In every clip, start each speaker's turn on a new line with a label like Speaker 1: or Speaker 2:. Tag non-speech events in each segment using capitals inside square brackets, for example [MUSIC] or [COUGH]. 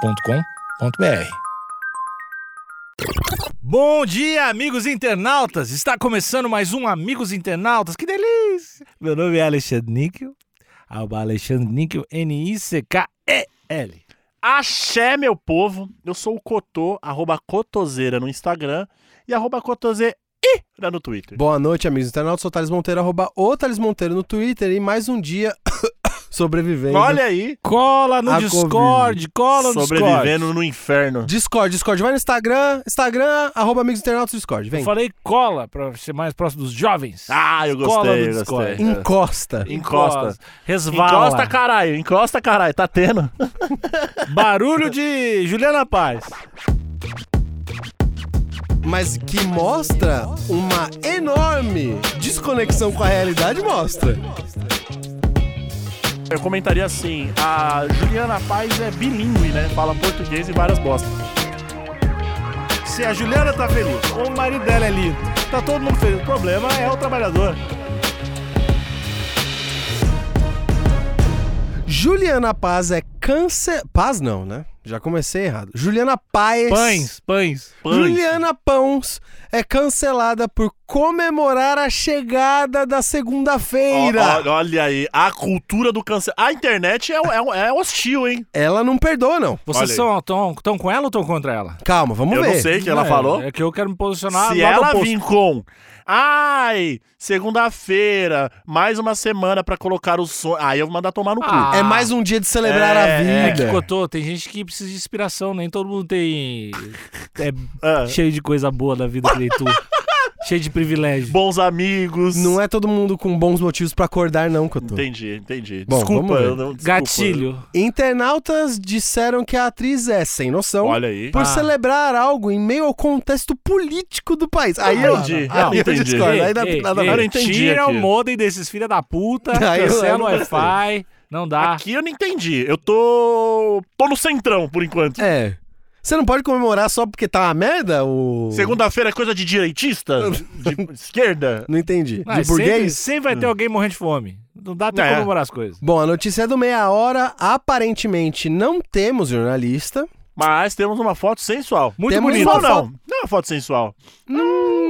Speaker 1: agenciadepodcast.com.br. Bom dia, amigos internautas! Está começando mais um Amigos Internautas, que delícia! Meu nome é Alexandre Níquel, arroba Alexandre Níquel, N-I-C-K-E-L.
Speaker 2: Axé, meu povo. Eu sou o Cotô, arroba Cotoseira no Instagram e arroba Cotoseira no Twitter.
Speaker 3: Boa noite, amigos internautas. Sou o Thales Monteiro, arroba o Thales Monteiro no Twitter e mais um dia [COUGHS] sobrevivendo.
Speaker 2: Olha aí,
Speaker 1: Cola no
Speaker 3: A
Speaker 1: Discord, cola no Discord.
Speaker 2: sobrevivendo no inferno.
Speaker 3: Discord, Discord, vai no Instagram, Instagram, arroba amigos internautas Discord,
Speaker 1: Eu
Speaker 3: vem.
Speaker 1: falei cola para ser mais próximo dos jovens.
Speaker 2: Ah, eu
Speaker 1: Cola no
Speaker 2: gostei, eu
Speaker 1: Discord.
Speaker 2: gostei.
Speaker 3: Encosta.
Speaker 2: Encosta.
Speaker 1: Resvala.
Speaker 2: Encosta, caralho, encosta, caralho, tá tendo.
Speaker 1: Barulho de Juliana Paz.
Speaker 3: Mas que mostra uma enorme desconexão com a realidade, mostra.
Speaker 2: Eu comentaria assim: a Juliana Paz é bilíngue, né? Fala português e várias bostas. Se a Juliana tá feliz, ou o marido dela é lindo, tá todo mundo feliz. O problema é o trabalhador.
Speaker 3: Juliana Paz é câncer... Paz não, né? Já comecei errado. Juliana Paz...
Speaker 1: Pães, pães.
Speaker 3: Juliana Pães é cancelada por comemorar a chegada da segunda-feira.
Speaker 2: Ó, ó, olha aí, a cultura do câncer. A internet é, é- é hostil, hein?
Speaker 3: Ela não perdoa, não.
Speaker 1: Vocês
Speaker 2: Olha
Speaker 1: são tão, tão com ela ou estão contra ela?
Speaker 3: Calma, vamos
Speaker 2: Eu
Speaker 3: ver.
Speaker 2: não sei o que ela
Speaker 1: É,
Speaker 2: falou.
Speaker 1: É que eu quero me posicionar
Speaker 2: Se
Speaker 1: lá do
Speaker 2: ela
Speaker 1: oposto.
Speaker 2: vir com. Ai, segunda-feira, mais uma semana pra colocar o sonho. Aí eu vou mandar tomar no cu.
Speaker 1: Ah,
Speaker 3: É mais um dia de celebrar
Speaker 2: É,
Speaker 3: a
Speaker 1: É
Speaker 3: vida.
Speaker 1: que cotô, tem gente que precisa de inspiração, nem todo mundo tem. É
Speaker 2: Ah,
Speaker 1: cheio de coisa boa da vida que nem
Speaker 2: [LAUGHS]
Speaker 1: tu. cheio de privilégio.
Speaker 2: bons amigos.
Speaker 3: Não é todo mundo com bons motivos pra acordar, não, Couto.
Speaker 2: Entendi, entendi.
Speaker 3: Bom,
Speaker 2: desculpa,
Speaker 3: vamos ver.
Speaker 2: eu não. desculpa.
Speaker 1: Gatilho.
Speaker 3: Internautas disseram que a atriz é sem noção
Speaker 2: Olha aí.
Speaker 3: por
Speaker 1: Ah.
Speaker 3: celebrar algo em meio ao contexto político do país. Aí eu,
Speaker 2: Entendi,
Speaker 3: aí
Speaker 2: não,
Speaker 3: eu
Speaker 2: entendi.
Speaker 3: discordo. aí dá- nada a
Speaker 2: ei.
Speaker 3: ver.
Speaker 2: Eu não entendi
Speaker 1: tira
Speaker 2: aqui.
Speaker 1: o modem desses filha da puta,
Speaker 3: Aí eu- eu
Speaker 1: cancela o
Speaker 3: não gostei.
Speaker 1: Wi-Fi, não dá.
Speaker 2: Aqui eu não entendi. Eu tô. tô no centrão por enquanto.
Speaker 3: É. Você não pode comemorar só porque tá uma merda? O...
Speaker 2: Segunda-feira é coisa de direitista?
Speaker 3: [LAUGHS]
Speaker 2: de esquerda?
Speaker 3: Não entendi.
Speaker 1: Ah,
Speaker 3: de burguês?
Speaker 1: Sempre, sempre vai ter alguém morrendo de fome. Não dá até
Speaker 2: Hum. É.
Speaker 1: comemorar as coisas.
Speaker 3: Bom, a notícia é do meia hora. Aparentemente não temos jornalista.
Speaker 2: Mas temos uma foto sensual.
Speaker 1: Muito
Speaker 3: Temos
Speaker 1: bonito.
Speaker 2: Sensual
Speaker 3: uma
Speaker 2: não. Não é uma foto sensual.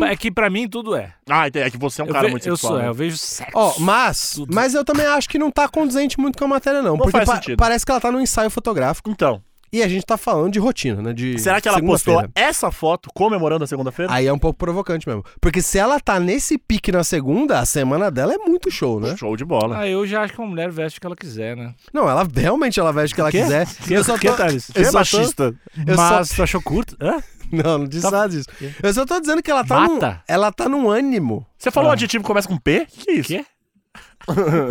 Speaker 1: É que pra mim tudo é.
Speaker 2: Ah, é que você é um
Speaker 1: eu,
Speaker 2: cara
Speaker 1: ve-
Speaker 2: muito
Speaker 1: eu
Speaker 2: sensual.
Speaker 1: sou,
Speaker 2: né?
Speaker 1: é, eu vejo sexo.
Speaker 3: Ó, mas,
Speaker 1: Tudo.
Speaker 3: mas eu também acho que não tá condizente muito com a matéria, não. porque
Speaker 2: faz sentido.
Speaker 3: parece que ela tá num ensaio
Speaker 1: é.
Speaker 3: fotográfico
Speaker 2: Então.
Speaker 3: e a gente tá falando de rotina, né? De
Speaker 2: Será que ela postou
Speaker 3: segunda-feira.
Speaker 2: essa foto comemorando a segunda-feira?
Speaker 3: Aí é um pouco provocante mesmo. Porque se ela tá nesse pique na segunda, a semana dela é muito show, né?
Speaker 2: Show de bola.
Speaker 1: Ah, eu já acho que uma mulher veste o que ela quiser, né?
Speaker 3: Não, ela realmente ela veste o que ela
Speaker 1: Quê?
Speaker 3: quiser.
Speaker 1: Que-
Speaker 3: eu só
Speaker 1: que,
Speaker 3: tô...
Speaker 1: Thales?
Speaker 3: eu
Speaker 2: Você é
Speaker 3: só tô-
Speaker 2: machista?
Speaker 3: eu só-
Speaker 1: Mas tu achou curto? Hã?
Speaker 3: Não, não diz
Speaker 1: Tá-
Speaker 3: nada disso. Eu só tô dizendo que ela tá num...
Speaker 1: Bata?
Speaker 3: Ela tá num ânimo.
Speaker 2: Você falou
Speaker 1: Ah.
Speaker 2: um adjetivo que começa com P? Que isso?
Speaker 1: Quê?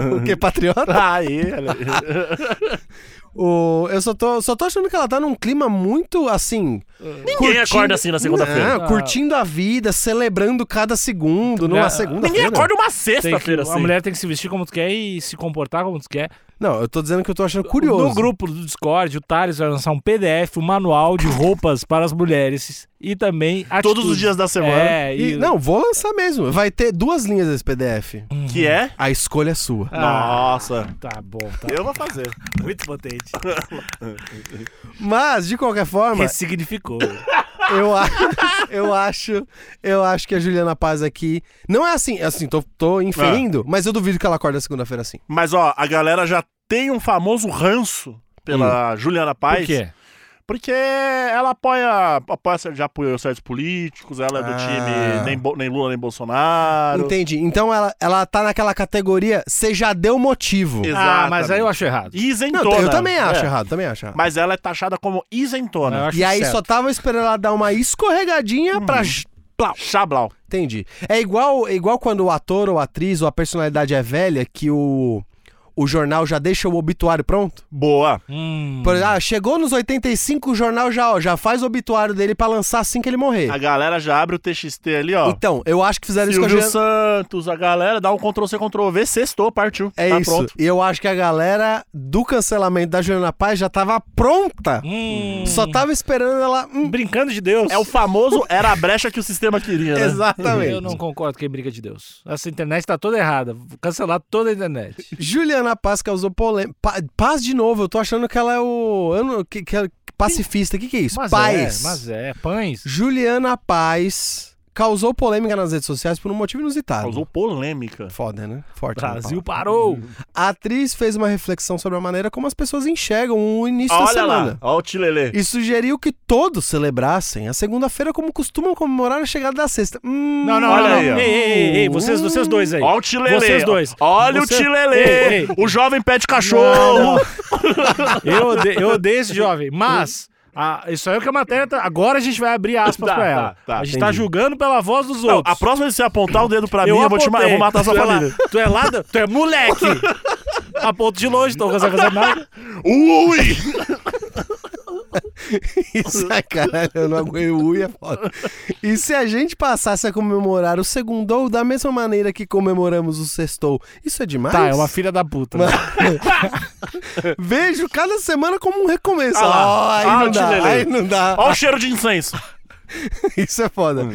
Speaker 3: Porque patriota...
Speaker 2: [LAUGHS] Aí,
Speaker 3: [LAUGHS]
Speaker 2: olha aí.
Speaker 3: O... Eu só tô... só tô achando que ela tá num clima muito, assim...
Speaker 2: Ninguém acorda assim na segunda-feira.
Speaker 3: Não, curtindo a vida, celebrando cada segundo, numa
Speaker 1: Mulher-
Speaker 2: Ninguém
Speaker 3: segunda-feira.
Speaker 2: acorda uma
Speaker 1: Tem que,
Speaker 2: sexta-feira
Speaker 1: A
Speaker 2: assim.
Speaker 1: mulher tem que se vestir como tu quer e se comportar como tu quer.
Speaker 3: Não, eu tô dizendo que eu tô achando curioso.
Speaker 1: No grupo do Discord, o Thales vai lançar um PDF, um manual de roupas para as mulheres. E também
Speaker 2: Todos os
Speaker 1: atitudes.
Speaker 2: dias da semana.
Speaker 1: É,
Speaker 3: E-
Speaker 1: e...
Speaker 3: não, vou lançar mesmo. Vai ter duas linhas desse PDF.
Speaker 2: Que é?
Speaker 3: A escolha é sua.
Speaker 1: Ah,
Speaker 2: Nossa.
Speaker 1: Tá bom, tá
Speaker 2: Eu vou fazer.
Speaker 1: muito potente.
Speaker 3: Mas, de qualquer
Speaker 1: [LAUGHS]
Speaker 3: forma,
Speaker 1: Ressignificou.
Speaker 3: eu, a- [LAUGHS] eu acho eu acho que a Juliana Paz aqui. Não é assim, assim, tô, tô inferindo, mas eu duvido que ela acorda segunda-feira assim.
Speaker 2: Mas ó, a galera já tem um famoso ranço
Speaker 3: Hum.
Speaker 2: pela Juliana Paz.
Speaker 1: Por quê?
Speaker 2: Porque ela apoia, apoia já apoiou certos políticos, ela é do
Speaker 3: Ah.
Speaker 2: time nem, Bo- nem Lula nem Bolsonaro.
Speaker 3: Entendi. Então ela, ela tá naquela categoria, você já deu motivo.
Speaker 1: Ah, mas aí eu acho errado.
Speaker 2: E
Speaker 3: Não,
Speaker 2: isentona.
Speaker 3: eu também acho
Speaker 2: É.
Speaker 3: errado, também acho errado.
Speaker 2: Mas ela é taxada como isentona.
Speaker 1: Eu acho
Speaker 3: E aí
Speaker 1: certo.
Speaker 3: só tava esperando ela dar uma escorregadinha pra.
Speaker 2: Plau. Chablau.
Speaker 3: Entendi. É igual, é igual quando o ator ou atriz ou a personalidade é velha que o, o jornal já deixa o obituário pronto.
Speaker 2: Boa.
Speaker 1: Hum.
Speaker 3: Por- ah, chegou nos 85, o jornal já, ó, já faz o obituário dele pra lançar assim que ele morrer.
Speaker 2: A galera já abre o TXT ali, ó.
Speaker 3: Então, eu acho que fizeram isso com a
Speaker 2: Silvio
Speaker 3: Juliana...
Speaker 2: Santos, a galera dá um Ctrl-C, Ctrl-V, sextou, partiu.
Speaker 3: É
Speaker 2: tá
Speaker 3: isso.
Speaker 2: pronto.
Speaker 3: E eu acho que a galera do cancelamento da Juliana Paz já tava pronta.
Speaker 1: Hum.
Speaker 3: Só tava esperando ela... hum,
Speaker 1: Brincando de Deus.
Speaker 2: É o famoso era a brecha que o sistema queria, né?
Speaker 3: Exatamente.
Speaker 1: Eu não concordo com quem briga de Deus. Essa internet tá toda errada. Vou cancelar toda a internet.
Speaker 3: Juliana Juliana Paz causou polêmica. Paz de novo, eu tô achando que ela é o. eu não- que, que é pacifista. O que, que é isso?
Speaker 1: Mas
Speaker 3: Paz.
Speaker 1: é, mas é. Pães.
Speaker 3: Juliana Paz causou polêmica nas redes sociais por um motivo inusitado.
Speaker 2: Causou polêmica.
Speaker 3: Foda, né? Forte. né,
Speaker 1: Brasil
Speaker 3: Paulo?
Speaker 1: parou.
Speaker 3: A atriz fez uma reflexão sobre a maneira como as pessoas enxergam o início da
Speaker 2: Olha
Speaker 3: semana.
Speaker 2: lá, olha o Tilelê.
Speaker 3: E sugeriu que todos celebrassem a segunda-feira como costumam comemorar a chegada da sexta. Hum,
Speaker 1: Não, não,
Speaker 2: Olha
Speaker 1: não.
Speaker 2: aí, ó.
Speaker 1: ei, ei, ei, vocês, vocês dois aí.
Speaker 2: Olha o Tilelê.
Speaker 1: Vocês dois.
Speaker 2: Olha
Speaker 1: Você-
Speaker 2: o
Speaker 1: Ei,
Speaker 2: Tilelê.
Speaker 1: ei.
Speaker 2: O jovem pé de cachorro.
Speaker 1: Eu odeio, eu odeio esse jovem, mas a- isso aí é o que a matéria tá. Agora a gente vai abrir aspas
Speaker 2: Tá,
Speaker 1: pra ela.
Speaker 2: tá, tá,
Speaker 1: a gente
Speaker 2: entendi.
Speaker 1: tá julgando pela voz dos
Speaker 2: Não,
Speaker 1: outros.
Speaker 2: a próxima vez que você apontar o dedo pra mim, eu vou, te ma- eu
Speaker 1: apontei.
Speaker 2: vou matar sua
Speaker 1: Tu é lá-
Speaker 2: família.
Speaker 1: tu é lá, do- tu é moleque. a ponto de longe, tu não consegue fazer nada.
Speaker 2: Ui!
Speaker 3: Isso, ai, caralho, eu não aguentei o ui, é foda. E se a gente passasse a comemorar o segundou da mesma maneira que comemoramos o sextou, isso é demais?
Speaker 1: Tá, é uma filha da puta. né?
Speaker 3: Vejo cada semana como um recomeço.
Speaker 2: Ah lá.
Speaker 3: Ó, aí,
Speaker 2: Ah,
Speaker 3: não
Speaker 2: o
Speaker 3: dá,
Speaker 2: tilelê.
Speaker 3: aí não dá,
Speaker 2: Olha o cheiro de incenso.
Speaker 3: Isso é foda.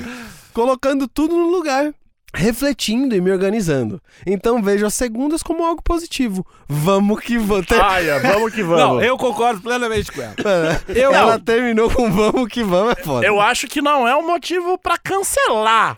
Speaker 3: Colocando tudo no lugar, refletindo e me organizando. Então vejo as segundas como algo positivo. Vamos que vamos.
Speaker 2: Ai, é, vamos que vamos.
Speaker 1: Não,
Speaker 2: eu...
Speaker 1: eu concordo plenamente com ela.
Speaker 3: Eu, Ela terminou com vamos que vamos, é foda.
Speaker 2: acho que não é um motivo pra cancelar.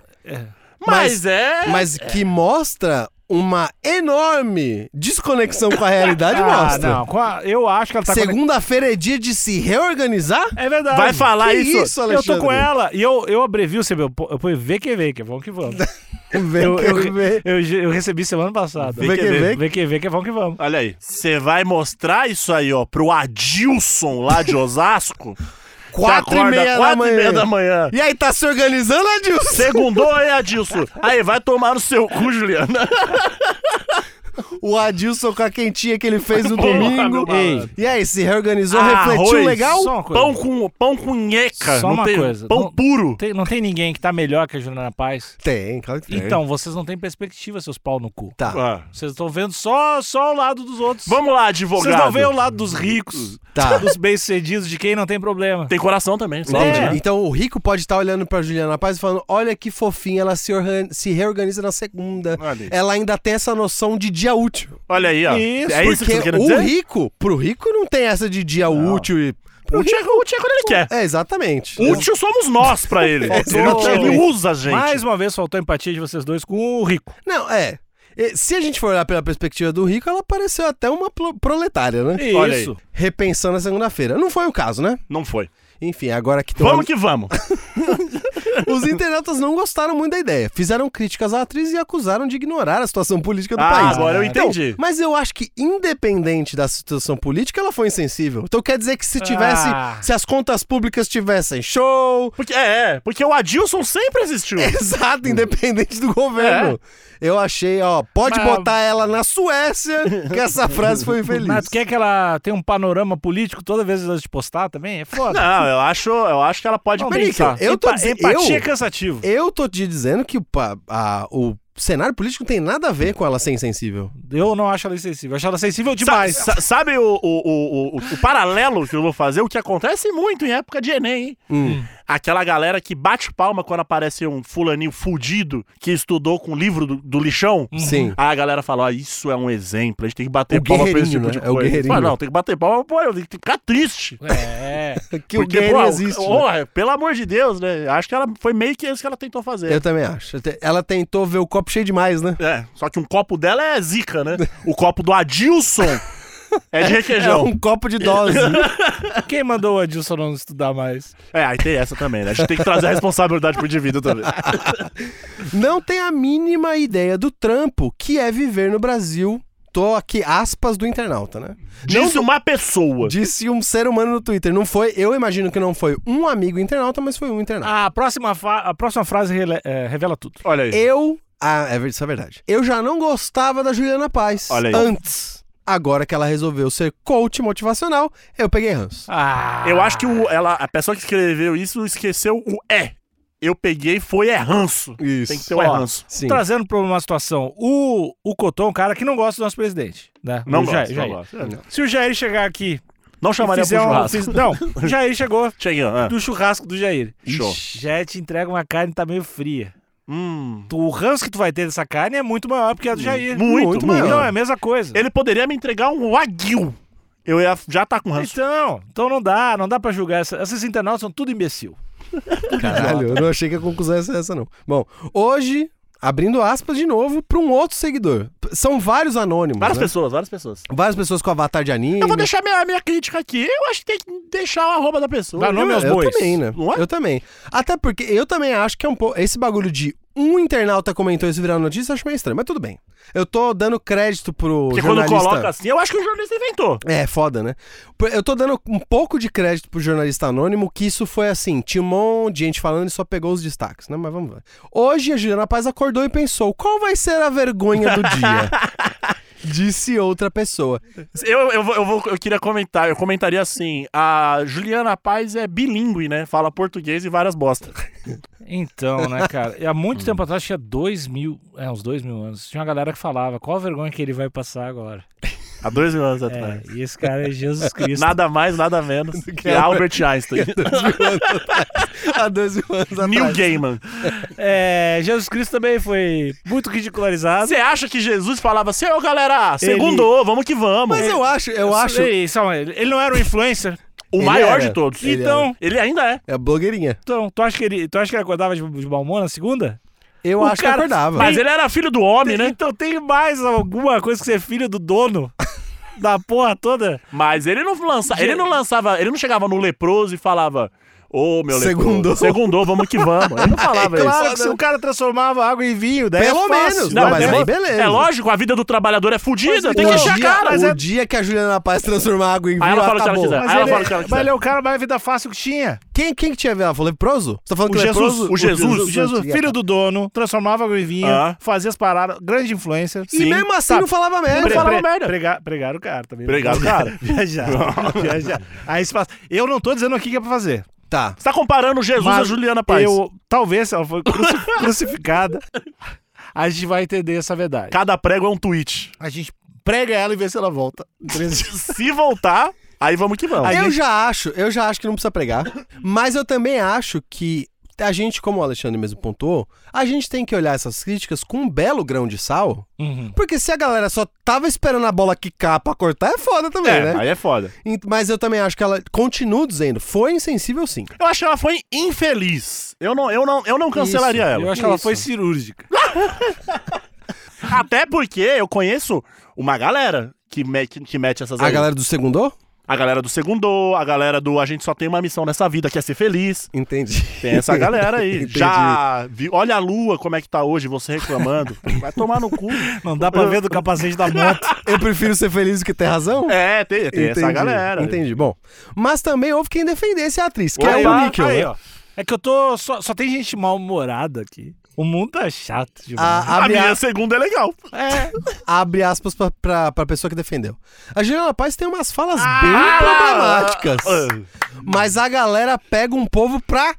Speaker 2: Mas,
Speaker 3: Mas-
Speaker 2: é.
Speaker 3: Mas que mostra uma enorme desconexão com a realidade
Speaker 1: Ah,
Speaker 3: mostra.
Speaker 1: não, com a- eu acho que ela tá com.
Speaker 3: Segunda-feira é dia de se reorganizar?
Speaker 1: É verdade.
Speaker 2: Vai falar
Speaker 3: Que
Speaker 2: isso.
Speaker 3: isso,
Speaker 1: Eu tô
Speaker 3: Alexandre?
Speaker 1: com ela e eu, eu abrevi o CB. Eu fui VQV, que é bom que vamos.
Speaker 3: Vem
Speaker 1: Eu, eu,
Speaker 3: que vem.
Speaker 1: eu, eu recebi semana passada.
Speaker 2: Vê que
Speaker 3: vê.
Speaker 1: VQV, que é bom que vamos.
Speaker 2: Olha aí. Você vai mostrar isso aí, ó, pro Adilson lá de Osasco?
Speaker 3: Quatro e
Speaker 2: Você acorda
Speaker 3: meia da
Speaker 2: quatro e meia
Speaker 3: manhã.
Speaker 2: da manhã.
Speaker 3: E aí, tá se organizando, Adilson?
Speaker 2: Segundou aí, Adilson. Aí, vai tomar no seu cu, Juliana.
Speaker 3: O Adilson com a quentinha que ele fez no
Speaker 2: [LAUGHS] Porra,
Speaker 3: domingo.
Speaker 2: meu malandro.
Speaker 3: E aí, se reorganizou,
Speaker 2: Ah, Arroz,
Speaker 3: refletiu legal?
Speaker 1: Só uma coisa.
Speaker 2: Pão com, pão com nheca.
Speaker 1: Só
Speaker 2: não
Speaker 1: uma
Speaker 2: tem-
Speaker 1: coisa.
Speaker 2: Pão
Speaker 1: Não-
Speaker 2: puro.
Speaker 1: Tem- não tem ninguém que tá melhor que a Juliana Paz?
Speaker 3: Tem, claro que tem.
Speaker 1: Então, vocês não têm perspectiva, seus pau no cu.
Speaker 3: Tá,
Speaker 2: Ah.
Speaker 1: Vocês estão vendo só, só o lado dos outros.
Speaker 2: Vamos lá, advogado.
Speaker 1: Vocês não veem o lado dos ricos,
Speaker 3: tá.
Speaker 1: dos bem-sucedidos, de quem não tem problema.
Speaker 2: Tem coração também. só
Speaker 1: É.
Speaker 2: um dia.
Speaker 3: Então o rico pode estar olhando pra Juliana Paz e falando: olha que fofinha, ela se, organ- se reorganiza na segunda.
Speaker 2: Olha aí.
Speaker 3: Ela ainda tem essa noção de dia útil.
Speaker 2: Olha aí, ó.
Speaker 1: Isso,
Speaker 2: é isso que
Speaker 3: Porque
Speaker 2: você quer
Speaker 3: o
Speaker 2: dizer?
Speaker 3: rico, pro rico não tem essa de dia útil e. Pro
Speaker 2: Útil é, útil é quando ele quer. É,
Speaker 3: rico- É, exatamente.
Speaker 2: Útil somos nós pra ele. ele, não- ele usa a gente.
Speaker 1: Mais uma vez faltou a empatia de vocês dois com o rico.
Speaker 3: Não, é. E Se a gente for olhar pela perspectiva do rico, ela pareceu até uma pro- proletária, né?
Speaker 2: Olha aí.
Speaker 1: Isso.
Speaker 3: Repensando a segunda-feira. Não foi o caso, né?
Speaker 2: Não foi.
Speaker 3: Enfim, agora que tem
Speaker 2: Vamos que vamos.
Speaker 3: Os internautas não gostaram muito da ideia. Fizeram críticas à atriz e acusaram de ignorar a situação política do
Speaker 2: Ah,
Speaker 3: país.
Speaker 2: agora eu
Speaker 3: Então,
Speaker 2: entendi.
Speaker 3: mas eu acho que, independente da situação política, ela foi insensível. Então quer dizer que se tivesse.
Speaker 1: Ah.
Speaker 3: Se as contas públicas tivessem show.
Speaker 2: Porque, é, é, porque o Adilson sempre existiu.
Speaker 3: [LAUGHS] Exato, independente do governo. Eu achei, ó, pode
Speaker 1: É. Mas-
Speaker 3: botar ela na Suécia,
Speaker 1: [LAUGHS]
Speaker 3: que essa frase foi
Speaker 1: Mas
Speaker 3: infeliz.
Speaker 1: tu quer que ela tenha um panorama político toda vez antes de postar também? É foda.
Speaker 2: Não, eu acho, eu acho que ela pode
Speaker 1: Não,
Speaker 2: pensar.
Speaker 3: Nico, eu tô
Speaker 1: Empa-
Speaker 3: dizendo-
Speaker 1: Empatia
Speaker 3: eu-
Speaker 1: é cansativo.
Speaker 3: Eu tô te dizendo que o pa- a- o cenário político não tem nada a ver com ela ser insensível.
Speaker 1: Eu não acho ela insensível. Eu acho ela sensível
Speaker 2: Sa-
Speaker 1: demais.
Speaker 2: sa- sabe o, o- o- o- o paralelo que eu vou fazer? O que acontece muito em época de Enem, hein?
Speaker 3: Hum.
Speaker 2: Aquela galera que bate palma quando aparece um fulaninho fudido que estudou com o livro do, do lixão.
Speaker 1: Uhum. [LAUGHS]
Speaker 3: Sim.
Speaker 2: Aí a galera fala, ó, isso é um exemplo, a gente tem que bater
Speaker 3: Hum. O
Speaker 2: palma pra esse
Speaker 3: guerreirinho,
Speaker 2: tipo
Speaker 3: né?
Speaker 2: de
Speaker 3: É o
Speaker 2: coisa.
Speaker 3: guerreirinho.
Speaker 2: Fala, não, tem que bater palma, pô, eu tenho que ficar triste.
Speaker 1: É.
Speaker 3: Que o gay
Speaker 2: pô,
Speaker 3: não existe. né?
Speaker 2: porra, pelo amor de Deus, né? Acho que ela foi meio que isso que ela tentou fazer.
Speaker 3: Eu também acho. Ela tentou ver o copo cheio demais,
Speaker 1: [LAUGHS]
Speaker 3: né?
Speaker 2: É, só que um copo dela é zica, né? O copo do Adilson
Speaker 3: [LAUGHS]
Speaker 2: é de
Speaker 3: É
Speaker 2: requeijão.
Speaker 3: um copo
Speaker 1: [LAUGHS]
Speaker 3: de dose.
Speaker 1: Quem mandou o Adilson não estudar mais?
Speaker 2: É, aí tem essa também, né? A gente tem que trazer a responsabilidade pro indivíduo [LAUGHS] também.
Speaker 3: Não tem a mínima ideia do trampo que é viver no Brasil. Tô aqui, aspas do internauta, né?
Speaker 2: Disse uma pessoa.
Speaker 3: Disse um ser humano no Twitter. Não foi, eu imagino que não foi um amigo internauta, mas foi um internauta.
Speaker 1: Ah, A próxima, fa- a próxima frase rele- é, revela tudo.
Speaker 2: Olha aí.
Speaker 3: Eu. Ah, é, ver- isso é verdade. Eu já não gostava da Juliana Paz
Speaker 2: Olha aí.
Speaker 3: antes. Agora que ela resolveu ser coach motivacional, eu peguei ranço.
Speaker 1: Ah,
Speaker 2: Eu acho que o- ela, a pessoa que escreveu isso esqueceu o é. Eu peguei foi é ranço.
Speaker 3: Isso.
Speaker 2: Tem que ter o é ranço.
Speaker 3: Sim.
Speaker 1: tá Trazendo para uma situação, o, o Cotô é um cara que não gosta do nosso presidente, né? o
Speaker 2: Não gosto,
Speaker 1: Jair,
Speaker 2: não
Speaker 1: Jair.
Speaker 2: gosto. É.
Speaker 1: Se o Jair chegar aqui
Speaker 2: Não
Speaker 1: e
Speaker 2: chamaria pro
Speaker 1: fizer um...
Speaker 2: churrasco.
Speaker 1: fiz- não, o Jair chegou
Speaker 2: Cheguei, ah.
Speaker 1: do churrasco do Jair.
Speaker 2: Show.
Speaker 1: Ixi, Já te entrega uma carne que tá meio fria.
Speaker 2: Hum.
Speaker 1: Tu- O ranço que tu vai ter dessa carne é muito maior porque a do Jair.
Speaker 2: Muito,
Speaker 3: Muito
Speaker 2: mano.
Speaker 1: Então é a mesma coisa.
Speaker 2: Ele poderia me entregar um wagyu. Eu ia já tá com ranço.
Speaker 1: Então, então não dá, não dá pra julgar. essa- Esses internautas são tudo imbecil.
Speaker 2: um
Speaker 3: Caralho, eu não achei que a conclusão ia ser essa, não. Bom, hoje, abrindo aspas de novo, para um outro seguidor. P- São vários anônimos.
Speaker 2: Várias
Speaker 3: né?
Speaker 2: pessoas, várias pessoas.
Speaker 3: Várias pessoas com avatar de anime.
Speaker 2: Eu vou deixar minha, minha crítica aqui. Eu acho que tem que deixar o arroba da pessoa.
Speaker 1: Dá
Speaker 2: viu?
Speaker 1: nome aos
Speaker 3: eu
Speaker 1: bois.
Speaker 3: também, né?
Speaker 2: Não é?
Speaker 3: Eu também. Até porque eu também acho que é um pouco. Esse bagulho de um internauta comentou isso virar notícia, eu acho meio estranho. Mas tudo bem. Eu tô dando crédito pro.
Speaker 2: Porque quando
Speaker 3: jornalista...
Speaker 2: coloca assim, eu acho que o jornalista inventou.
Speaker 3: É, foda, né? Por- Eu tô dando um pouco de crédito pro jornalista anônimo que isso foi assim, tinha um monte de gente falando e só pegou os destaques, né? Mas vamos lá. Hoje a Juliana Paz acordou e pensou, qual vai ser a vergonha do dia? Disse outra pessoa.
Speaker 2: Eu, eu, vou- eu, vou- eu queria comentar, eu comentaria assim: a Juliana Paz é bilíngue, né? Fala português e várias bostas.
Speaker 1: Então, né, cara? E Há muito tempo atrás, tinha dois mil, é, uns dois mil anos, tinha uma galera que falava qual a vergonha que ele vai passar agora.
Speaker 2: Há dois mil anos atrás.
Speaker 1: É, e esse cara é Jesus Cristo.
Speaker 2: Nada mais, nada
Speaker 3: [LAUGHS]
Speaker 2: menos que Albert Einstein.
Speaker 3: Há 12 anos atrás.
Speaker 2: Neil Gaiman.
Speaker 1: É, Jesus Cristo também foi muito ridicularizado.
Speaker 2: Você acha que Jesus falava assim, ô galera, segundou, vamos que vamos.
Speaker 3: Mas eu acho, eu acho...
Speaker 1: Ei, só, ele ele não era um influencer.
Speaker 2: o
Speaker 3: ele
Speaker 2: maior
Speaker 3: era.
Speaker 2: de todos.
Speaker 3: Ele
Speaker 2: então, ele ainda é.
Speaker 3: É a blogueirinha.
Speaker 1: Então, tu acha que ele, tu acha que ele acordava de, de mau humor na segunda?
Speaker 3: Eu
Speaker 1: O
Speaker 3: acho
Speaker 1: cara-
Speaker 3: que acordava.
Speaker 2: Mas ele era filho do homem, né?
Speaker 1: Então tem mais alguma coisa que ser filho do dono da porra toda?
Speaker 2: Mas ele não lançava, ele não lançava, ele não chegava no leproso e falava: "Ô, meu
Speaker 3: Segundou.
Speaker 2: leproso, segundou, vamos que vamos".
Speaker 3: [LAUGHS]
Speaker 2: Ele não falava isso.
Speaker 3: É Claro que se o
Speaker 1: cara transformava água em vinho, daí
Speaker 3: né? Pelo menos. Não, mas
Speaker 2: é
Speaker 3: aí
Speaker 2: lo-
Speaker 3: beleza.
Speaker 2: É lógico, a vida do trabalhador é fodida, tem que
Speaker 3: o
Speaker 2: encher a
Speaker 3: dia,
Speaker 1: é
Speaker 2: cara.
Speaker 3: o dia que a Juliana Paz transformar água em vinho,
Speaker 2: ela fala o que ela
Speaker 3: acabou.
Speaker 2: quiser.
Speaker 1: Mas,
Speaker 2: Aí ela
Speaker 1: ele,
Speaker 2: fala o que ela
Speaker 1: mas
Speaker 2: quiser.
Speaker 1: ele é o cara mais vida fácil que tinha.
Speaker 3: Quem, quem que tinha vindo? Ela falou leproso? Você tá falando
Speaker 1: O
Speaker 3: que
Speaker 1: Jesus,
Speaker 3: leproso?
Speaker 1: o Jesus, o Jesus,
Speaker 3: tinha-
Speaker 1: filho do dono, transformava água em vinho,
Speaker 2: Ah.
Speaker 1: fazia as paradas, grande influencer.
Speaker 3: E mesmo assim
Speaker 2: Tá.
Speaker 3: não falava merda.
Speaker 2: Não falava merda.
Speaker 1: Pregar, pregar o cara também. né?
Speaker 2: Pregar o cara.
Speaker 1: [LAUGHS] viajar,
Speaker 2: [LAUGHS]
Speaker 1: viajar. [LAUGHS] Aí se passa. Eu não tô dizendo aqui que é pra fazer.
Speaker 3: Tá.
Speaker 2: Você tá comparando Jesus
Speaker 1: Mas
Speaker 2: a Juliana Paz.
Speaker 1: Eu, talvez se ela foi cruci- crucificada, a gente vai entender essa verdade.
Speaker 2: Cada prego é
Speaker 1: [LAUGHS]
Speaker 2: um tweet.
Speaker 1: A gente prega ela e vê se ela volta.
Speaker 2: Se voltar, aí vamos que vamos.
Speaker 3: eu já acho, eu já acho que não precisa pregar, mas eu também acho que a gente, como o Alexandre mesmo pontuou, a gente tem que olhar essas críticas com um belo grão de sal,
Speaker 1: Uhum.
Speaker 3: porque se a galera só tava esperando a bola quicar pra cortar, é foda também,
Speaker 2: É,
Speaker 3: né?
Speaker 2: aí é foda.
Speaker 3: Ent- Mas eu também acho que ela continua dizendo, foi insensível sim.
Speaker 2: Eu acho que ela foi infeliz. Eu não, eu não, eu não cancelaria
Speaker 3: Isso,
Speaker 2: ela.
Speaker 1: Eu acho que ela
Speaker 3: Isso.
Speaker 1: foi cirúrgica.
Speaker 2: Até porque eu conheço uma galera que, me- que- que mete essas
Speaker 3: A
Speaker 2: aí.
Speaker 3: galera do segundo?
Speaker 2: A galera do segundo, a galera do a gente só tem uma missão nessa vida, que é ser feliz.
Speaker 3: Entendi.
Speaker 2: Tem essa galera aí.
Speaker 3: [LAUGHS] Entendi.
Speaker 2: Já vi, olha a lua como é que tá hoje, você reclamando. Vai tomar no cu.
Speaker 1: Não dá pra ver do capacete da moto. [LAUGHS]
Speaker 3: Eu prefiro ser feliz do que ter razão?
Speaker 2: É, tem, tem essa galera.
Speaker 3: Entendi. Bom, mas também houve quem defendesse a atriz, que
Speaker 2: Aí,
Speaker 3: é o
Speaker 2: ó,
Speaker 3: Níquel.
Speaker 1: aí,
Speaker 3: né?
Speaker 1: ó. É que eu tô. Só, só tem gente mal-humorada aqui. O mundo tá chato demais.
Speaker 2: A
Speaker 3: abre
Speaker 2: minha segunda é legal.
Speaker 1: É.
Speaker 3: abre aspas pra, pra, pra pessoa que defendeu. A Juliana Paz tem umas falas
Speaker 2: Ah!
Speaker 3: bem problemáticas. Mas a galera pega um povo pra,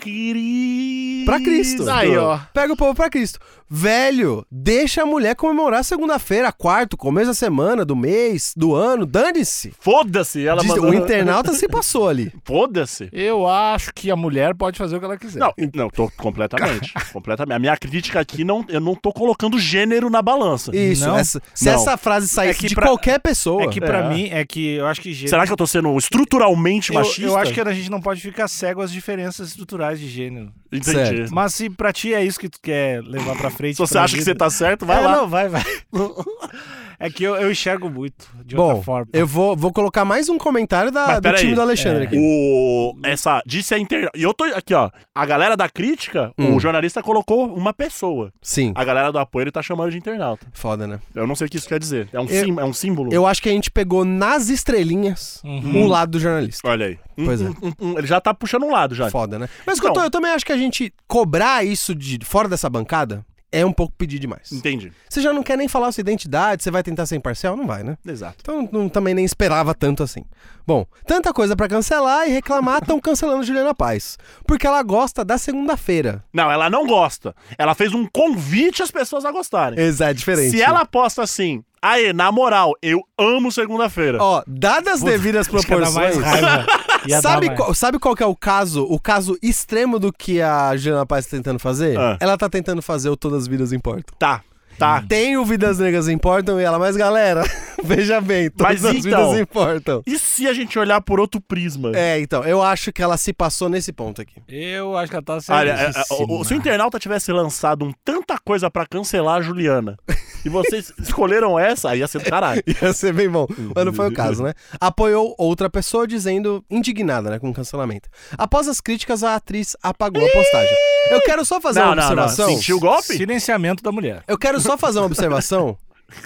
Speaker 2: Cristo.
Speaker 3: pra Cristo.
Speaker 2: Aí, ó.
Speaker 3: Pega o povo pra Cristo. Velho, deixa a mulher comemorar segunda-feira, quarto, começo da semana, do mês, do ano. Dane-se.
Speaker 2: Foda-se, ela
Speaker 3: Diz-
Speaker 2: mandou.
Speaker 3: O internauta se passou ali.
Speaker 2: Foda-se.
Speaker 1: Eu acho que a mulher pode fazer o que ela quiser.
Speaker 2: Não, não, tô completamente. completamente. A minha crítica aqui não, eu não tô colocando gênero na balança.
Speaker 3: Isso.
Speaker 1: [LAUGHS] Não.
Speaker 3: essa- se
Speaker 2: Não.
Speaker 3: essa frase
Speaker 1: É
Speaker 3: saísse
Speaker 1: que
Speaker 3: de
Speaker 1: pra-
Speaker 3: qualquer pessoa.
Speaker 1: É que pra
Speaker 2: É.
Speaker 1: mim, é que eu acho que gênero.
Speaker 2: Será que eu tô sendo estruturalmente
Speaker 1: eu,
Speaker 2: machista?
Speaker 1: eu acho que é a gente não pode ficar cego às diferenças estruturais de gênero.
Speaker 2: Entendi.
Speaker 3: Certo.
Speaker 1: Mas se pra ti é isso que tu quer levar pra frente.
Speaker 2: Se você
Speaker 1: pra
Speaker 2: acha que
Speaker 1: vida-
Speaker 2: você tá certo, vai
Speaker 1: É,
Speaker 2: lá.
Speaker 1: Não, vai, vai. [LAUGHS] é que eu, eu enxergo muito, de outra
Speaker 3: Bom,
Speaker 1: forma. É.
Speaker 3: eu vou, vou colocar mais um comentário da,
Speaker 2: Mas
Speaker 3: do
Speaker 2: peraí,
Speaker 3: time do Alexandre aqui.
Speaker 2: O, essa, disse a inter... E eu tô aqui, ó. A galera da crítica,
Speaker 3: Hum.
Speaker 2: o jornalista colocou uma pessoa.
Speaker 3: Sim.
Speaker 2: A galera do apoio ele tá chamando de internauta.
Speaker 3: Foda, né?
Speaker 2: Eu não sei o que isso quer dizer. É um,
Speaker 3: Eu-
Speaker 2: sim- é um símbolo?
Speaker 3: Eu acho que a gente pegou nas estrelinhas
Speaker 1: Uhum.
Speaker 3: o lado do jornalista.
Speaker 2: Olha aí. Um-
Speaker 3: Pois é.
Speaker 2: um- um- um- ele já tá puxando um lado já.
Speaker 3: Foda, né? Mas escuta,
Speaker 2: Então-
Speaker 3: eu também acho que a gente cobrar isso de fora dessa bancada é um pouco pedir demais.
Speaker 2: Entendi.
Speaker 3: Você já não quer nem falar a sua identidade, você vai tentar ser imparcial? Não vai, né?
Speaker 2: Exato.
Speaker 3: Então não, também nem esperava tanto assim. Bom, tanta coisa pra cancelar e reclamar, estão cancelando Juliana Paz. Porque ela gosta da segunda-feira.
Speaker 2: Não, ela não gosta. Ela fez um convite às pessoas a gostarem.
Speaker 3: Exato, é diferente.
Speaker 2: Se ela posta assim, aê, na moral, eu amo segunda-feira.
Speaker 3: Ó, dadas devidas
Speaker 1: Acho que ia dar
Speaker 3: proporções.
Speaker 2: [LAUGHS]
Speaker 1: mais raiva. Ia dar
Speaker 3: Sabe
Speaker 1: mais.
Speaker 3: qual, sabe qual que é o caso, o caso extremo do que a Juliana Paz tá tentando fazer?
Speaker 2: Ah.
Speaker 3: Ela tá tentando fazer o Todas as Vidas Importam.
Speaker 2: Tá,
Speaker 1: Ah.
Speaker 2: tá.
Speaker 3: Tem o Vidas Negras Importam e ela, mas galera, [LAUGHS] veja bem, todas
Speaker 2: Mas
Speaker 3: as
Speaker 2: então-
Speaker 3: vidas importam.
Speaker 2: E se a gente olhar por outro prisma?
Speaker 3: É, então, eu acho que ela se passou nesse ponto aqui. [LAUGHS]
Speaker 1: Eu acho que ela tá
Speaker 2: Olha,
Speaker 1: certa.
Speaker 2: é, é, o- o- se o internauta tivesse lançado um tanta coisa pra cancelar a Juliana e vocês [LAUGHS] escolheram essa, aí ia ser do caralho.
Speaker 3: Ia ser bem bom, mas não foi o caso, né? Apoiou outra pessoa dizendo, indignada, né, com o cancelamento. Após as críticas, a atriz apagou a postagem. Eu quero só fazer
Speaker 2: Não,
Speaker 3: uma
Speaker 2: não, não.
Speaker 3: observação.
Speaker 2: Sentiu o golpe?
Speaker 1: Silenciamento da mulher.
Speaker 3: Eu quero só fazer uma observação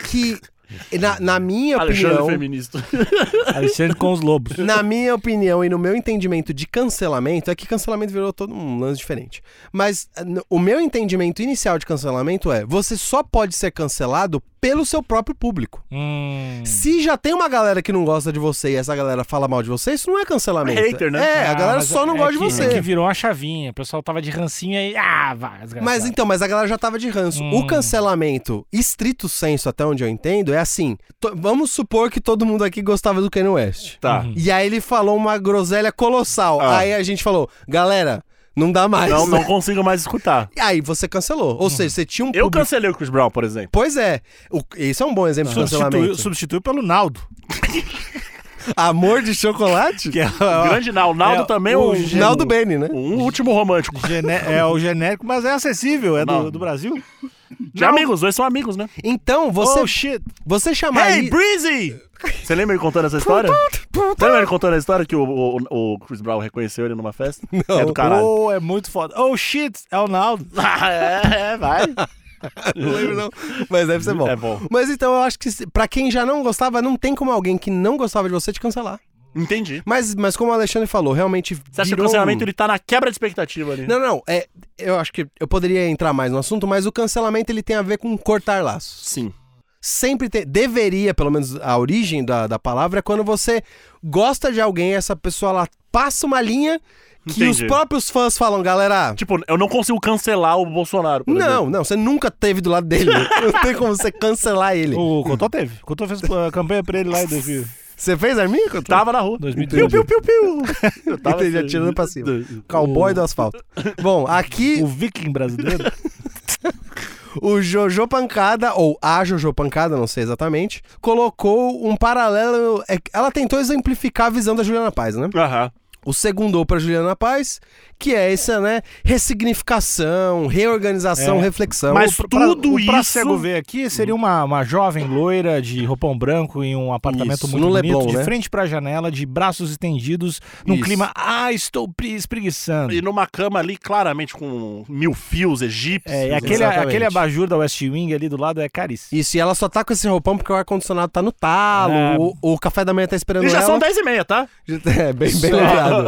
Speaker 3: que, na, na minha
Speaker 2: Alexandre
Speaker 3: opinião, [LAUGHS]
Speaker 2: Feminista.
Speaker 1: Alexandre com os lobos.
Speaker 2: [LAUGHS]
Speaker 3: na minha opinião e no meu entendimento de cancelamento, é que cancelamento virou todo um lance diferente. Mas eh, no- o meu entendimento inicial de cancelamento é: você só pode ser cancelado pelo seu próprio público.
Speaker 1: Hum.
Speaker 3: Se já tem uma galera que não gosta de você e essa galera fala mal de você, isso não é cancelamento.
Speaker 2: Hater, né?
Speaker 3: É, a
Speaker 1: Ah,
Speaker 3: galera
Speaker 1: mas
Speaker 3: só não
Speaker 1: é
Speaker 3: gosta de
Speaker 1: que-
Speaker 3: você.
Speaker 1: É que virou uma chavinha. O pessoal tava de rancinho aí. Ah, vá. desgraçado.
Speaker 3: Mas então, mas a galera já tava de ranço.
Speaker 1: Hum.
Speaker 3: O cancelamento, estrito senso, até onde eu entendo, é assim: to- vamos supor que todo mundo aqui gostava do Kanye West.
Speaker 2: Tá.
Speaker 3: E aí ele falou uma groselha colossal.
Speaker 2: Ah.
Speaker 3: Aí a gente falou, galera, não dá mais.
Speaker 2: Não, não consigo mais escutar.
Speaker 3: [LAUGHS] E aí você cancelou. Ou
Speaker 1: Hum.
Speaker 3: seja, você tinha um
Speaker 2: Eu
Speaker 3: público-
Speaker 2: cancelei o Chris Brown, por exemplo.
Speaker 3: Pois é. O- Isso é um
Speaker 2: então,
Speaker 3: bom exemplo de
Speaker 1: Substitui,
Speaker 3: cancelamento.
Speaker 1: substitui pelo Naldo.
Speaker 3: Amor de chocolate?
Speaker 1: Que é,
Speaker 2: Grande Nau. Naldo
Speaker 1: É,
Speaker 2: também é
Speaker 1: o
Speaker 2: um,
Speaker 1: Gene-
Speaker 3: Ah. Naldo Bene, né?
Speaker 2: um último romântico.
Speaker 1: gene- é o genérico, mas é acessível. É
Speaker 2: Naldo.
Speaker 1: do, do Brasil.
Speaker 2: De amigos, os dois são amigos, né?
Speaker 3: Então, você,
Speaker 1: Oh, shit.
Speaker 3: você chamar.
Speaker 2: Hey,
Speaker 3: li-
Speaker 2: Breezy! Você lembra ele contando essa história? Você lembra ele contando a história que o, o- o Chris Brown reconheceu ele numa festa? É do caralho.
Speaker 1: Oh, é muito foda. Oh, shit. É o Naldo.
Speaker 3: Oh.
Speaker 2: Ah, [LAUGHS] é, é, vai.
Speaker 3: Não lembro, não. Mas deve ser bom.
Speaker 2: É bom.
Speaker 3: Mas então eu acho que se- pra quem já não gostava, não tem como alguém que não gostava de você te cancelar.
Speaker 2: Entendi.
Speaker 3: Mas, mas como o Alexandre falou, realmente.
Speaker 2: Você acha que o
Speaker 3: virou um-
Speaker 2: cancelamento ele tá na quebra de expectativa ali?
Speaker 3: Não, não. É, eu acho que eu poderia entrar mais no assunto, mas o cancelamento ele tem a ver com cortar laços.
Speaker 2: Sim.
Speaker 3: Sempre tem. Deveria, pelo menos a origem da, da palavra, é quando você gosta de alguém, essa pessoa ela passa uma linha que os
Speaker 2: Entendi.
Speaker 3: próprios fãs falam, galera.
Speaker 2: Tipo, eu não consigo cancelar o Bolsonaro. por exemplo.
Speaker 3: Não, não, você nunca teve do lado
Speaker 2: [LAUGHS]
Speaker 3: dele. Não tem como você cancelar ele.
Speaker 1: O Cotô teve. O Cotô fez a campanha pra ele lá em 2000.
Speaker 3: Você fez arminha? Couto?
Speaker 2: Tava na rua.
Speaker 1: 2013.
Speaker 2: Tá. Piu, piu, piu, piu. [LAUGHS] Eu tava
Speaker 3: Entendi,
Speaker 2: assim,
Speaker 3: atirando pra cima. Cowboy do asfalto. Bom,
Speaker 1: [LAUGHS]
Speaker 3: aqui
Speaker 1: O viking brasileiro.
Speaker 3: o Jojo Pancada, ou a Jojo Pancada, não sei exatamente, colocou um paralelo. é, Ela tentou exemplificar a visão da Juliana Paz, né?
Speaker 2: Aham.
Speaker 3: O segundo para Juliana Paz, que é essa, né? Ressignificação, reorganização,
Speaker 1: É.
Speaker 3: reflexão.
Speaker 2: Mas
Speaker 1: pra-
Speaker 2: tudo
Speaker 1: pra, o Pra
Speaker 2: isso-
Speaker 1: cego ver aqui, seria uma, uma jovem loira de roupão branco em um apartamento
Speaker 3: Isso,
Speaker 1: muito
Speaker 3: no
Speaker 1: bonito,
Speaker 3: Leblon,
Speaker 1: de
Speaker 3: né?
Speaker 1: frente pra janela, de braços estendidos, num
Speaker 3: Isso.
Speaker 1: clima. Ah, estou pre- espreguiçando.
Speaker 2: E numa cama ali, claramente, com mil fios egípcios.
Speaker 1: É, e aquele,
Speaker 3: Exatamente.
Speaker 1: aquele abajur da West Wing ali do lado é caríssimo.
Speaker 3: Isso, e ela só tá com esse roupão porque o ar-condicionado tá no talo,
Speaker 1: É.
Speaker 3: o, o café da manhã tá esperando
Speaker 2: E já
Speaker 3: ela.
Speaker 2: são 10 e meia, tá?
Speaker 3: [LAUGHS] É, bem, bem
Speaker 2: [LAUGHS]
Speaker 3: lembrado.
Speaker 2: Não.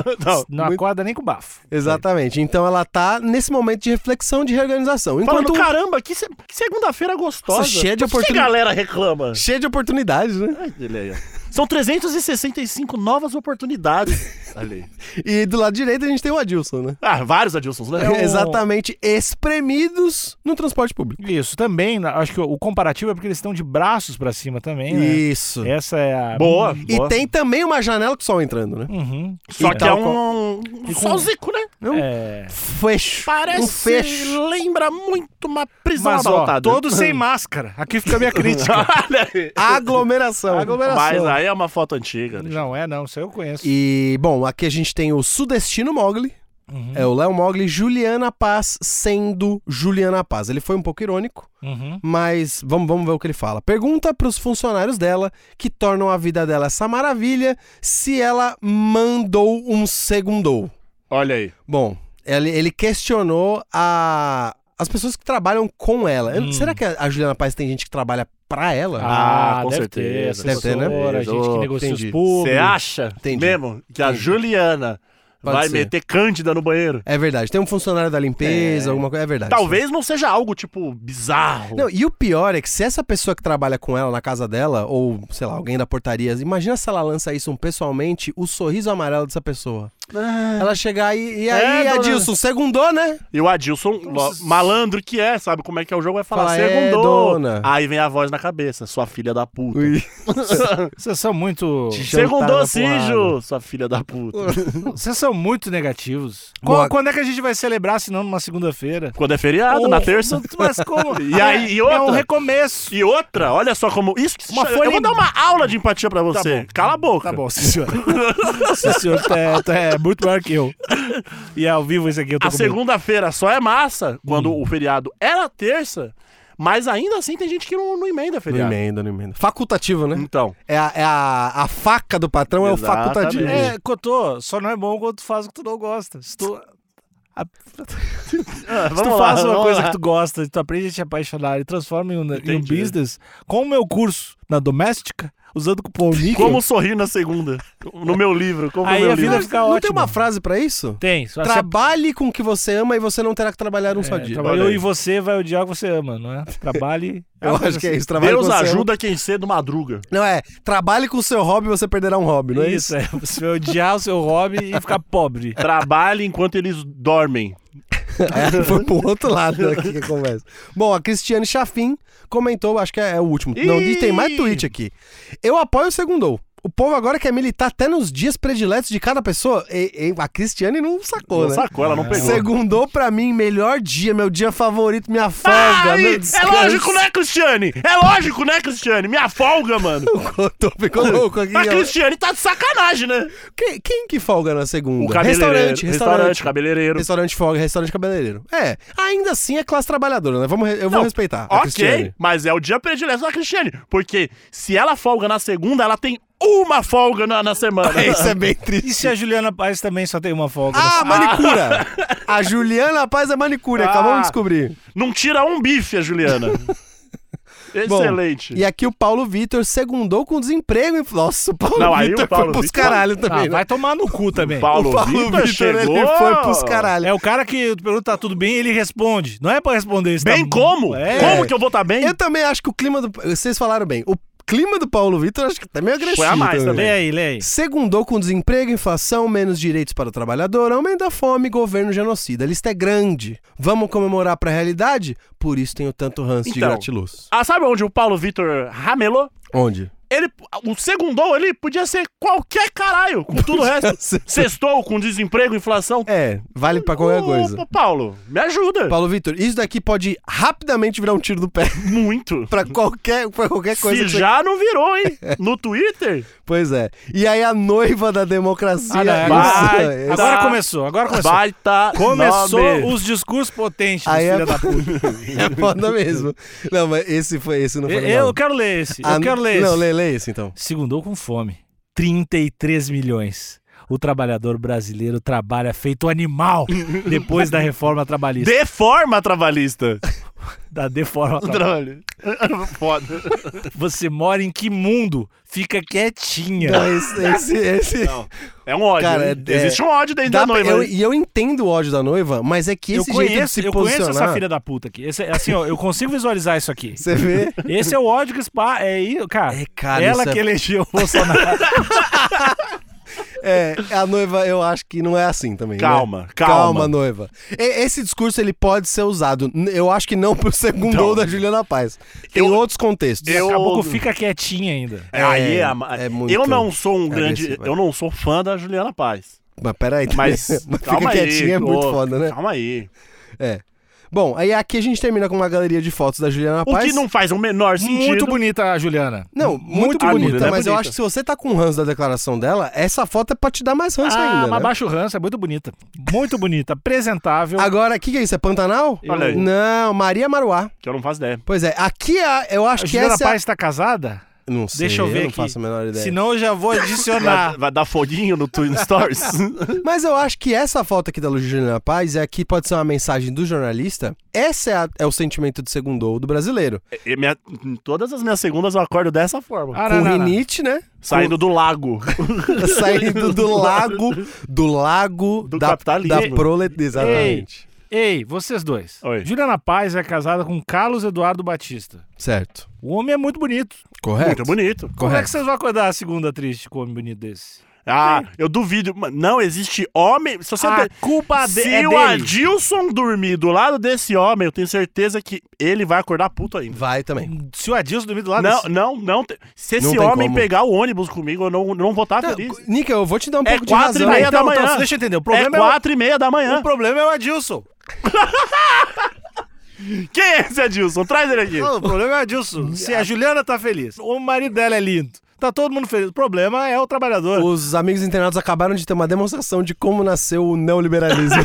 Speaker 1: Não
Speaker 3: muito-
Speaker 1: acorda nem com bafo.
Speaker 3: Exatamente. Então ela tá nesse momento de reflexão, de reorganização.
Speaker 2: Falando,
Speaker 3: Enquanto
Speaker 2: caramba, que, se- que segunda-feira gostosa.
Speaker 3: Nossa, cheia de
Speaker 2: Por que a
Speaker 3: oportunidade.
Speaker 2: galera reclama?
Speaker 3: cheio de oportunidades, né?
Speaker 2: Ai, ele aí, ó. São 365 novas oportunidades. Olha aí.
Speaker 3: E do lado direito a gente tem o Adilson, né?
Speaker 2: Ah, vários Adilsons, né?
Speaker 1: É o-
Speaker 3: [LAUGHS] Exatamente, espremidos no transporte público.
Speaker 1: Isso, também, na- acho que o- o comparativo é porque eles estão de braços pra cima também, né?
Speaker 3: Isso.
Speaker 1: Essa é a.
Speaker 2: Boa,
Speaker 3: E
Speaker 2: boa.
Speaker 3: tem também uma janela com o sol entrando, né?
Speaker 1: Uhum.
Speaker 2: Só que é
Speaker 3: tal
Speaker 2: um, um solzico, né?
Speaker 1: É.
Speaker 3: Fecho.
Speaker 2: Parece, [LAUGHS]
Speaker 3: Um fecho.
Speaker 2: lembra muito uma prisão
Speaker 1: Mas, ó,
Speaker 2: abarrotada.
Speaker 1: todos sem
Speaker 2: [LAUGHS]
Speaker 1: máscara. Aqui fica a minha crítica.
Speaker 2: Olha aí.
Speaker 3: Aglomeração.
Speaker 2: Mas aí é uma foto antiga. né?
Speaker 1: Não é, não. Isso aí eu conheço.
Speaker 3: E, bom, aqui a gente tem o Sudestino Mogli.
Speaker 1: Uhum.
Speaker 3: É o Léo Mogli, Juliana Paz sendo Juliana Paz. Ele foi um pouco irônico.
Speaker 1: Uhum.
Speaker 3: Mas vamos, vamos ver o que ele fala. Pergunta pros funcionários dela, que tornam a vida dela essa maravilha, se ela mandou um segundou.
Speaker 2: Olha aí.
Speaker 3: Bom, ele, ele questionou a, as pessoas que trabalham com ela. Eu-
Speaker 1: Hum.
Speaker 3: Será que a, a Juliana Paz tem gente que trabalha pra ela?
Speaker 2: Ah, com
Speaker 1: deve
Speaker 2: certeza.
Speaker 1: Ter,
Speaker 3: Deve ter, né?
Speaker 1: assessora, gente que
Speaker 2: Oh,
Speaker 1: negocia
Speaker 3: entendi.
Speaker 1: os públicos.
Speaker 2: Você acha
Speaker 3: Entendi.
Speaker 2: mesmo que a Juliana
Speaker 3: Pode
Speaker 2: vai
Speaker 3: ser.
Speaker 2: meter Cândida no banheiro.
Speaker 3: É verdade. Tem um funcionário da limpeza, alguma coisa. É verdade.
Speaker 2: Talvez não seja algo, tipo, bizarro.
Speaker 3: Não, e o pior é que se essa pessoa que trabalha com ela na casa dela, ou, sei lá, alguém da portaria, imagina se ela lança isso um pessoalmente, o sorriso amarelo dessa pessoa. Ela chegar aí, e aí,
Speaker 2: Ah. É, dona-
Speaker 3: Adilson, segundou, né?
Speaker 2: E o Adilson, lo- malandro que é, sabe como é que é o jogo, vai falar,
Speaker 3: Fala, é,
Speaker 2: segundou.
Speaker 3: dona.
Speaker 2: Aí vem a voz na cabeça, sua filha da puta.
Speaker 3: [LAUGHS]
Speaker 1: Vocês são muito.
Speaker 2: Segundou,
Speaker 3: Jantada
Speaker 2: Sijo,
Speaker 3: porrada.
Speaker 2: sua filha da
Speaker 3: [LAUGHS]
Speaker 2: puta.
Speaker 1: Vocês são muito negativos.
Speaker 3: Boa.
Speaker 1: Qu- Quando é que a gente vai celebrar, se não numa segunda-feira?
Speaker 2: Quando é feriado,
Speaker 1: Ou-
Speaker 2: na terça.
Speaker 1: Mas como?
Speaker 2: [LAUGHS] E aí, e
Speaker 1: É um
Speaker 2: outra?
Speaker 1: recomeço.
Speaker 2: E outra, olha só como. Isso que se
Speaker 1: Uma
Speaker 2: chama-
Speaker 1: folha
Speaker 2: Eu vou
Speaker 1: em-
Speaker 2: dar uma aula de empatia pra você.
Speaker 1: bom.
Speaker 2: Cala a boca.
Speaker 1: Tá bom, sim,
Speaker 3: [LAUGHS]
Speaker 1: senhor. sim, senhor tá, tá- é muito maior que eu. E ao vivo isso aqui eu tô
Speaker 2: A
Speaker 1: com
Speaker 2: segunda-feira só é massa quando o feriado era terça, mas ainda assim tem gente que não, não emenda
Speaker 3: Não
Speaker 2: feriado.
Speaker 3: emenda, não emenda. Facultativo, né?
Speaker 2: Então,
Speaker 3: É a, é a, a faca do patrão, é o
Speaker 2: Exatamente.
Speaker 3: facultativo.
Speaker 1: medo. É, Cotô, só não é bom quando tu faz o que tu não gosta. Se tu,
Speaker 2: ah,
Speaker 1: se
Speaker 2: vamos
Speaker 1: tu
Speaker 2: lá,
Speaker 1: faz uma
Speaker 2: vamos
Speaker 1: coisa
Speaker 2: lá.
Speaker 1: que tu gosta, e tu aprende a te apaixonar e transforma em um, em um
Speaker 2: Entendi.
Speaker 1: business, com o meu curso na doméstica, usando cupom NIC.
Speaker 2: Como sorrir na segunda. No meu livro, como
Speaker 1: Aí
Speaker 2: meu
Speaker 1: a vida
Speaker 2: livro.
Speaker 1: fica
Speaker 3: não tem
Speaker 1: ótima.
Speaker 3: uma frase pra isso?
Speaker 1: Tem, só se
Speaker 3: Trabalhe com o que você ama e você não terá que trabalhar um só
Speaker 1: É,
Speaker 3: dia.
Speaker 1: trabalhou
Speaker 2: Olha aí.
Speaker 1: e você vai odiar o que você ama, não é?
Speaker 2: [LAUGHS]
Speaker 1: Trabalhe.
Speaker 3: Eu acho que é isso. Trabalhe
Speaker 2: Deus
Speaker 3: com o seu-
Speaker 2: ajuda quem cedo madruga.
Speaker 3: Não é, trabalhe com o seu hobby e você perderá um hobby, não é isso?
Speaker 1: Isso, é. Você vai odiar o seu hobby e ficar pobre.
Speaker 2: Trabalhe enquanto eles dormem. [LAUGHS]
Speaker 3: É, foi pro outro lado aqui que a conversa. Bom, a Cristiane Chafin comentou, acho que é, é o último. Não,
Speaker 2: Ih!
Speaker 3: e tem mais tweet aqui. Eu apoio o Segundou. O povo agora quer militar até nos dias prediletos de cada pessoa. E- e- a Cristiane não sacou,
Speaker 2: Não
Speaker 3: né?
Speaker 2: sacou, ela não pegou.
Speaker 3: Segundou pra mim, melhor dia, meu dia favorito, minha folga,
Speaker 2: Ai,
Speaker 3: meu
Speaker 2: é
Speaker 3: descanso.
Speaker 2: lógico, né, Cristiane? É lógico, né, Cristiane? Minha folga, mano.
Speaker 3: [LAUGHS] Tô, ficou louco aqui.
Speaker 2: A Cristiane tá de sacanagem, né?
Speaker 3: Quem, quem que folga na segunda?
Speaker 2: O cabeleireiro.
Speaker 3: Restaurante, restaurante.
Speaker 2: cabeleireiro.
Speaker 3: Restaurante folga, restaurante cabeleireiro. É, ainda assim é classe trabalhadora, né? Vamos, re- eu vou
Speaker 2: Não,
Speaker 3: respeitar. a
Speaker 2: Ok,
Speaker 3: Cristiane.
Speaker 2: mas é o dia predileto da Cristiane. Porque se ela folga na segunda, ela tem uma folga na, na
Speaker 3: [LAUGHS]
Speaker 2: semana.
Speaker 3: Isso é bem triste.
Speaker 1: E se a Juliana Paz também só tem uma folga?
Speaker 3: Ah, manicura! A Juliana Paz é manicure,
Speaker 2: Ah.
Speaker 3: acabamos de descobrir.
Speaker 2: Não tira um bife a Juliana.
Speaker 3: [LAUGHS] Bom,
Speaker 2: Excelente.
Speaker 3: E aqui o Paulo Vitor segundou com desemprego. hein? Nossa, o Paulo
Speaker 2: Não, aí o
Speaker 3: Vitor
Speaker 2: Paulo
Speaker 3: foi pros
Speaker 2: Vitor-
Speaker 3: caralho
Speaker 1: Ah,
Speaker 3: também. né?
Speaker 1: vai tomar no cu também.
Speaker 2: Paulo,
Speaker 3: O Paulo
Speaker 2: Vitor
Speaker 3: Vitor,
Speaker 2: chegou.
Speaker 3: ele foi pros caralho.
Speaker 1: É o cara que tu pergunta tá tudo bem e ele responde. Não é pra responder isso.
Speaker 2: Bem
Speaker 1: tá-
Speaker 2: como?
Speaker 1: É.
Speaker 2: Como que eu vou estar bem?
Speaker 3: Eu também acho que o clima do... Vocês falaram bem. O clima do Paulo Vitor acho que tá meio agressivo.
Speaker 2: Foi a mais também.
Speaker 1: Lê aí, lê aí.
Speaker 3: Segundou com desemprego, inflação, menos direitos para o trabalhador, aumento da fome, governo genocida. A lista é grande. Vamos comemorar pra realidade? Por isso tenho tanto ranço de
Speaker 2: Então.
Speaker 3: gratiluz.
Speaker 2: Ah, sabe onde o Paulo Vitor ramelou?
Speaker 3: Onde?
Speaker 2: Ele, o segundou ali podia ser qualquer caralho, com tudo o
Speaker 3: [LAUGHS]
Speaker 2: resto.
Speaker 3: ser.
Speaker 2: Sextou com desemprego, inflação.
Speaker 3: É, vale pra qualquer
Speaker 2: Ô,
Speaker 3: coisa.
Speaker 2: ô, Paulo, me ajuda.
Speaker 3: Paulo Vitor, isso daqui pode rapidamente virar um tiro do pé [LAUGHS]
Speaker 2: Muito.
Speaker 3: pra qualquer, pra qualquer coisa.
Speaker 2: Se
Speaker 3: que você-
Speaker 2: já não virou, hein? No Twitter?
Speaker 3: Pois é. E aí a noiva da democracia.
Speaker 1: Ah, não,
Speaker 3: Isso,
Speaker 2: agora-
Speaker 3: é-
Speaker 1: Agora
Speaker 2: Tá.
Speaker 1: começou, agora começou.
Speaker 2: Baita
Speaker 1: Começou
Speaker 2: nome.
Speaker 1: os discursos potentes,
Speaker 3: Aí é-
Speaker 1: filha da
Speaker 3: [LAUGHS]
Speaker 1: puta.
Speaker 3: é foda mesmo. Não, mas esse foi esse não foi
Speaker 1: Eu,
Speaker 3: legal.
Speaker 1: eu quero ler esse,
Speaker 3: Ah,
Speaker 1: eu quero ler
Speaker 3: Não,
Speaker 1: esse.
Speaker 3: lê, lê esse então.
Speaker 1: Segundou com fome. 33 milhões. O trabalhador brasileiro trabalha feito
Speaker 3: [LAUGHS]
Speaker 1: animal depois da reforma trabalhista.
Speaker 2: De forma trabalhista.
Speaker 1: Da deforma trabalhista.
Speaker 2: [LAUGHS] Trabalho. Foda.
Speaker 1: Você mora em que mundo? Fica quietinha.
Speaker 3: Não, esse. esse, esse-
Speaker 2: Não. É um ódio.
Speaker 3: Cara,
Speaker 2: né?
Speaker 3: é-
Speaker 2: Existe um ódio dentro
Speaker 3: dá
Speaker 2: da
Speaker 3: pra-
Speaker 2: noiva.
Speaker 3: eu- né? E eu entendo o ódio da noiva, mas é que
Speaker 1: eu
Speaker 3: esse jeito de
Speaker 1: conheço,
Speaker 3: se
Speaker 1: eu
Speaker 3: posicionar.
Speaker 1: conheço essa filha da puta aqui. Esse- assim, ó, eu consigo visualizar isso
Speaker 3: [LAUGHS]
Speaker 1: aqui.
Speaker 3: Você vê?
Speaker 1: Esse é o ódio que spa é aí, cara.
Speaker 3: É, cara,
Speaker 1: ela
Speaker 3: isso é-
Speaker 1: que elegeu o
Speaker 3: [LAUGHS]
Speaker 1: Bolsonaro.
Speaker 3: É, a noiva eu acho que não é assim também. né?
Speaker 2: Calma, calma.
Speaker 3: Calma, noiva. E- esse discurso ele pode ser usado. N- Eu acho que não pro [LAUGHS] segundo gol da Juliana Paz. Tem outros contextos.
Speaker 2: Então, eu-
Speaker 1: Daqui a pouco fica quietinha ainda.
Speaker 2: É, aí é, a-
Speaker 3: é muito
Speaker 2: eu não sou um grande.
Speaker 3: agressivo, é.
Speaker 2: Eu não sou fã da Juliana Paz.
Speaker 3: [LAUGHS] Mas peraí,
Speaker 2: Mas. calma
Speaker 3: fica quietinha
Speaker 2: aí,
Speaker 3: é muito
Speaker 2: ô,
Speaker 3: foda, né?
Speaker 2: Calma aí.
Speaker 3: É. Bom, aí aqui a gente termina com uma galeria de fotos da Juliana
Speaker 2: O
Speaker 3: Paz.
Speaker 2: que não faz o menor sentido.
Speaker 1: É Muito bonita a Juliana.
Speaker 3: Não, muito,
Speaker 2: muito bonita,
Speaker 3: bonita,
Speaker 2: né?
Speaker 3: mas eu
Speaker 2: Bonita.
Speaker 3: acho que se você tá com ranço da declaração dela, essa foto é pra te dar mais ranço
Speaker 1: ah,
Speaker 3: ainda.
Speaker 1: mas
Speaker 3: né?
Speaker 1: baixa o ranço, é muito bonita. Muito bonita, apresentável.
Speaker 3: Agora, o que, que é isso? É Pantanal?
Speaker 2: Olha aí.
Speaker 3: Não, Maria Maruá.
Speaker 2: Que eu não faço ideia.
Speaker 3: Pois é, aqui é a- eu acho
Speaker 1: A
Speaker 3: que
Speaker 1: Juliana
Speaker 3: essa. é a-
Speaker 1: Paz está casada?
Speaker 3: Não sei,
Speaker 2: Deixa eu ver
Speaker 3: não
Speaker 2: aqui.
Speaker 3: faço a menor ideia.
Speaker 1: Senão eu já vou adicionar.
Speaker 3: [LAUGHS]
Speaker 2: Vai, vai dar foguinho no Twin Stories?
Speaker 3: Mas eu acho que essa foto aqui da Luz de Juliana Paz é que pode ser uma mensagem do jornalista. Esse é, a- é o sentimento de segundo do brasileiro.
Speaker 2: E minha- em todas as minhas segundas eu acordo dessa forma.
Speaker 1: Ah,
Speaker 3: Com
Speaker 1: não, não, não.
Speaker 3: rinite,
Speaker 2: [LAUGHS]
Speaker 3: né?
Speaker 2: Saindo do lago.
Speaker 3: Saindo do lago, do lago
Speaker 2: Do
Speaker 3: da, da
Speaker 2: capitalismo.
Speaker 3: prole- Exatamente.
Speaker 1: Ei, vocês dois.
Speaker 2: Oi.
Speaker 1: Juliana Paz é casada com Carlos Eduardo Batista.
Speaker 3: Certo.
Speaker 1: O homem é muito bonito.
Speaker 3: Correto?
Speaker 2: Muito bonito.
Speaker 1: Como é que
Speaker 3: Correto.
Speaker 1: vocês vão acordar a segunda triste com um homem bonito desse?
Speaker 2: Ah, eu duvido. Mas Não existe homem. Se, você
Speaker 1: a
Speaker 3: tá-
Speaker 2: de-
Speaker 1: culpa de...
Speaker 2: Ah, se
Speaker 1: é
Speaker 2: o
Speaker 1: dele.
Speaker 2: Adilson dormir do lado desse homem, eu tenho certeza que ele vai acordar puto ainda.
Speaker 3: Vai também.
Speaker 1: Se o Adilson dormir do lado
Speaker 2: Não,
Speaker 1: desse-
Speaker 2: não, não. te- Se
Speaker 3: Não
Speaker 2: esse
Speaker 3: tem
Speaker 2: homem
Speaker 3: como.
Speaker 2: pegar o ônibus comigo, eu não, não vou estar feliz.
Speaker 3: Nica, eu vou te dar um
Speaker 2: É
Speaker 3: pouco de
Speaker 2: quatro e
Speaker 3: razão. tá.
Speaker 2: meia da
Speaker 1: Então,
Speaker 2: manhã.
Speaker 1: então, deixa eu entender. O
Speaker 2: É
Speaker 1: problema é, o-
Speaker 2: quatro e meia da manhã.
Speaker 1: o problema é o Adilson.
Speaker 2: [LAUGHS] Quem é esse Adilson? Traz ele aqui.
Speaker 1: Não, o problema é o Adilson. Se a Juliana tá feliz, o marido dela é lindo, tá todo mundo feliz. O problema é o trabalhador. O
Speaker 3: Os amigos internautas acabaram de ter uma demonstração de como nasceu
Speaker 2: [LAUGHS]
Speaker 3: o neoliberalismo.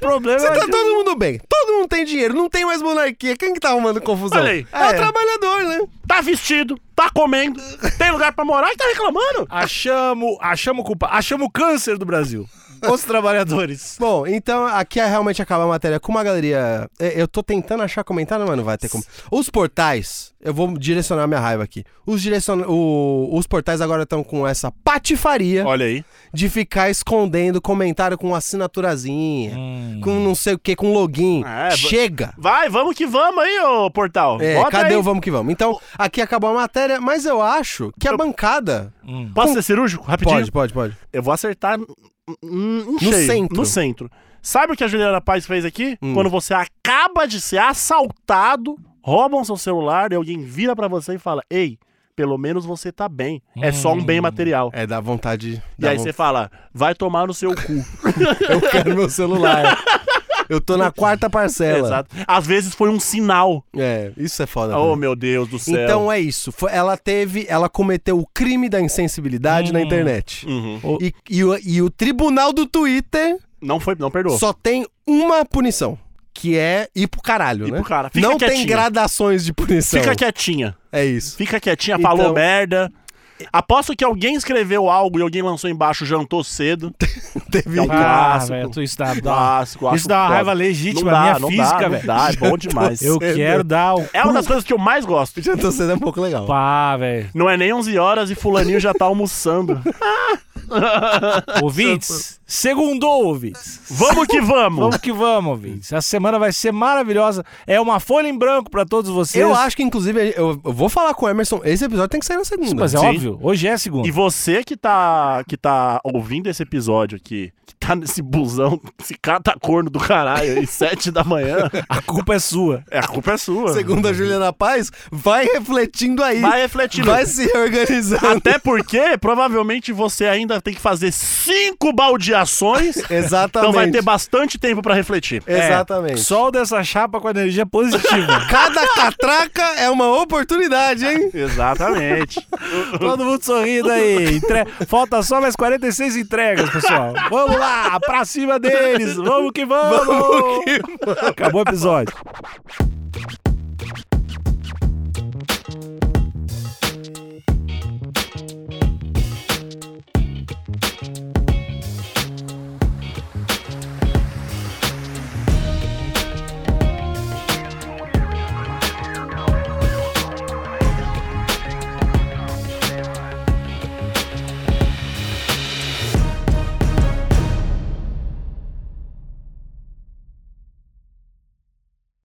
Speaker 1: problema é o
Speaker 3: Tá
Speaker 1: Adilson.
Speaker 3: todo mundo bem. Todo mundo tem dinheiro, não tem mais monarquia. Quem que tá arrumando confusão?
Speaker 2: Olha aí.
Speaker 3: É, o
Speaker 1: É.
Speaker 3: trabalhador, né?
Speaker 2: Tá vestido, tá comendo, tem lugar pra morar e tá reclamando.
Speaker 1: Achamos, achamos culpa, achamos o câncer do Brasil. Os
Speaker 3: [LAUGHS]
Speaker 1: trabalhadores.
Speaker 3: Bom, então aqui é realmente acaba a matéria com uma galeria. é, Eu tô tentando achar comentário, mas não vai ter como. Os portais, eu vou direcionar minha raiva aqui. Os, direcion... o- Os portais agora estão com essa patifaria
Speaker 2: Olha aí.
Speaker 3: de ficar escondendo comentário com assinaturazinha, com não sei o que, com login.
Speaker 2: Hum. Ah, é, bo-
Speaker 3: Chega!
Speaker 2: Vai, vamos que vamos aí, ô portal.
Speaker 3: É,
Speaker 2: Bota
Speaker 3: cadê
Speaker 2: aí.
Speaker 3: o vamos que vamos? Então, aqui acabou a matéria, mas eu acho que a bancada.
Speaker 2: Posso ser cirúrgico? Rapidinho.
Speaker 3: Pode, pode, pode.
Speaker 2: Eu vou acertar n- n- em
Speaker 3: No
Speaker 2: cheio,
Speaker 3: centro. Hum.
Speaker 2: No centro. Sabe o que a Juliana Paz fez aqui? Quando você acaba de ser assaltado, roubam seu celular e alguém vira pra você e fala: Ei, pelo menos você tá bem. É só um bem material.
Speaker 3: É, dá vontade.
Speaker 2: E
Speaker 3: dá
Speaker 2: aí
Speaker 3: von-
Speaker 2: você fala, vai tomar no seu
Speaker 3: [LAUGHS]
Speaker 2: cu.
Speaker 3: Eu quero meu
Speaker 2: [LAUGHS]
Speaker 3: celular. eu tô na quarta parcela.
Speaker 2: Exato. Às vezes foi um sinal.
Speaker 3: É, isso é foda.
Speaker 2: Oh,
Speaker 3: né?
Speaker 2: meu Deus do céu.
Speaker 3: então é isso. Foi- ela teve. Ela cometeu o crime da insensibilidade na internet.
Speaker 2: Uhum.
Speaker 3: E, e o, e o tribunal do Twitter
Speaker 2: Não foi, não perdoou.
Speaker 3: só tem uma punição. Que é ir pro caralho,
Speaker 2: Ir
Speaker 3: né?
Speaker 2: pro cara. Fica
Speaker 3: Não tem
Speaker 2: quietinho.
Speaker 3: gradações de punição.
Speaker 2: Fica quietinha. [LAUGHS]
Speaker 3: É isso.
Speaker 2: Fica quietinha,
Speaker 3: Então-
Speaker 2: falou merda. Aposto que alguém escreveu algo e alguém lançou embaixo, jantou cedo.
Speaker 3: Teve.
Speaker 2: É um
Speaker 3: [LAUGHS]
Speaker 2: clássico.
Speaker 1: Ah, velho, tu- isso dá, dá-
Speaker 2: Clássico, acho
Speaker 1: isso dá uma
Speaker 2: foda.
Speaker 1: raiva legítima,
Speaker 2: Não dá,
Speaker 1: a minha
Speaker 2: não
Speaker 1: física,
Speaker 2: dá, não
Speaker 1: velho.
Speaker 2: dá, é bom demais.
Speaker 1: Eu quero dar o
Speaker 2: É uma das coisas que eu mais gosto.
Speaker 3: Jantou cedo é um pouco legal.
Speaker 1: pá, velho.
Speaker 2: Não é nem 11 horas e fulaninho já tá almoçando.
Speaker 1: Ouvintes, segundou, ouvintes.
Speaker 2: vamos que vamos.
Speaker 1: Vamos que vamos, ouvintes. Essa semana vai ser maravilhosa. É uma folha em branco pra todos vocês.
Speaker 3: Eu acho que, inclusive, eu eu vou falar com o Emerson. Esse episódio tem que sair na segunda.
Speaker 1: Mas é
Speaker 2: Sim.
Speaker 1: óbvio, hoje é segunda.
Speaker 2: E você que tá, que tá ouvindo esse episódio aqui, que tá nesse busão, esse catacorno do caralho, [LAUGHS] às 7 da manhã,
Speaker 1: A culpa é sua.
Speaker 2: é, a culpa é sua.
Speaker 3: Segundo a Juliana Paz, vai refletindo aí.
Speaker 2: Vai refletindo.
Speaker 3: Vai se reorganizando.
Speaker 2: Até porque, provavelmente, você ainda tem que fazer cinco baldeações.
Speaker 3: [LAUGHS] Exatamente.
Speaker 2: Então vai ter bastante tempo pra refletir.
Speaker 3: Exatamente.
Speaker 1: É, sol dessa chapa com energia
Speaker 3: [LAUGHS]
Speaker 1: positiva.
Speaker 3: Cada catraca é uma oportunidade, hein?
Speaker 2: Exatamente.
Speaker 1: Todo mundo sorrindo aí. Entre- Falta só mais 46 entregas, pessoal. Vamos lá, pra cima deles. Vamos que vamos. Acabou o episódio.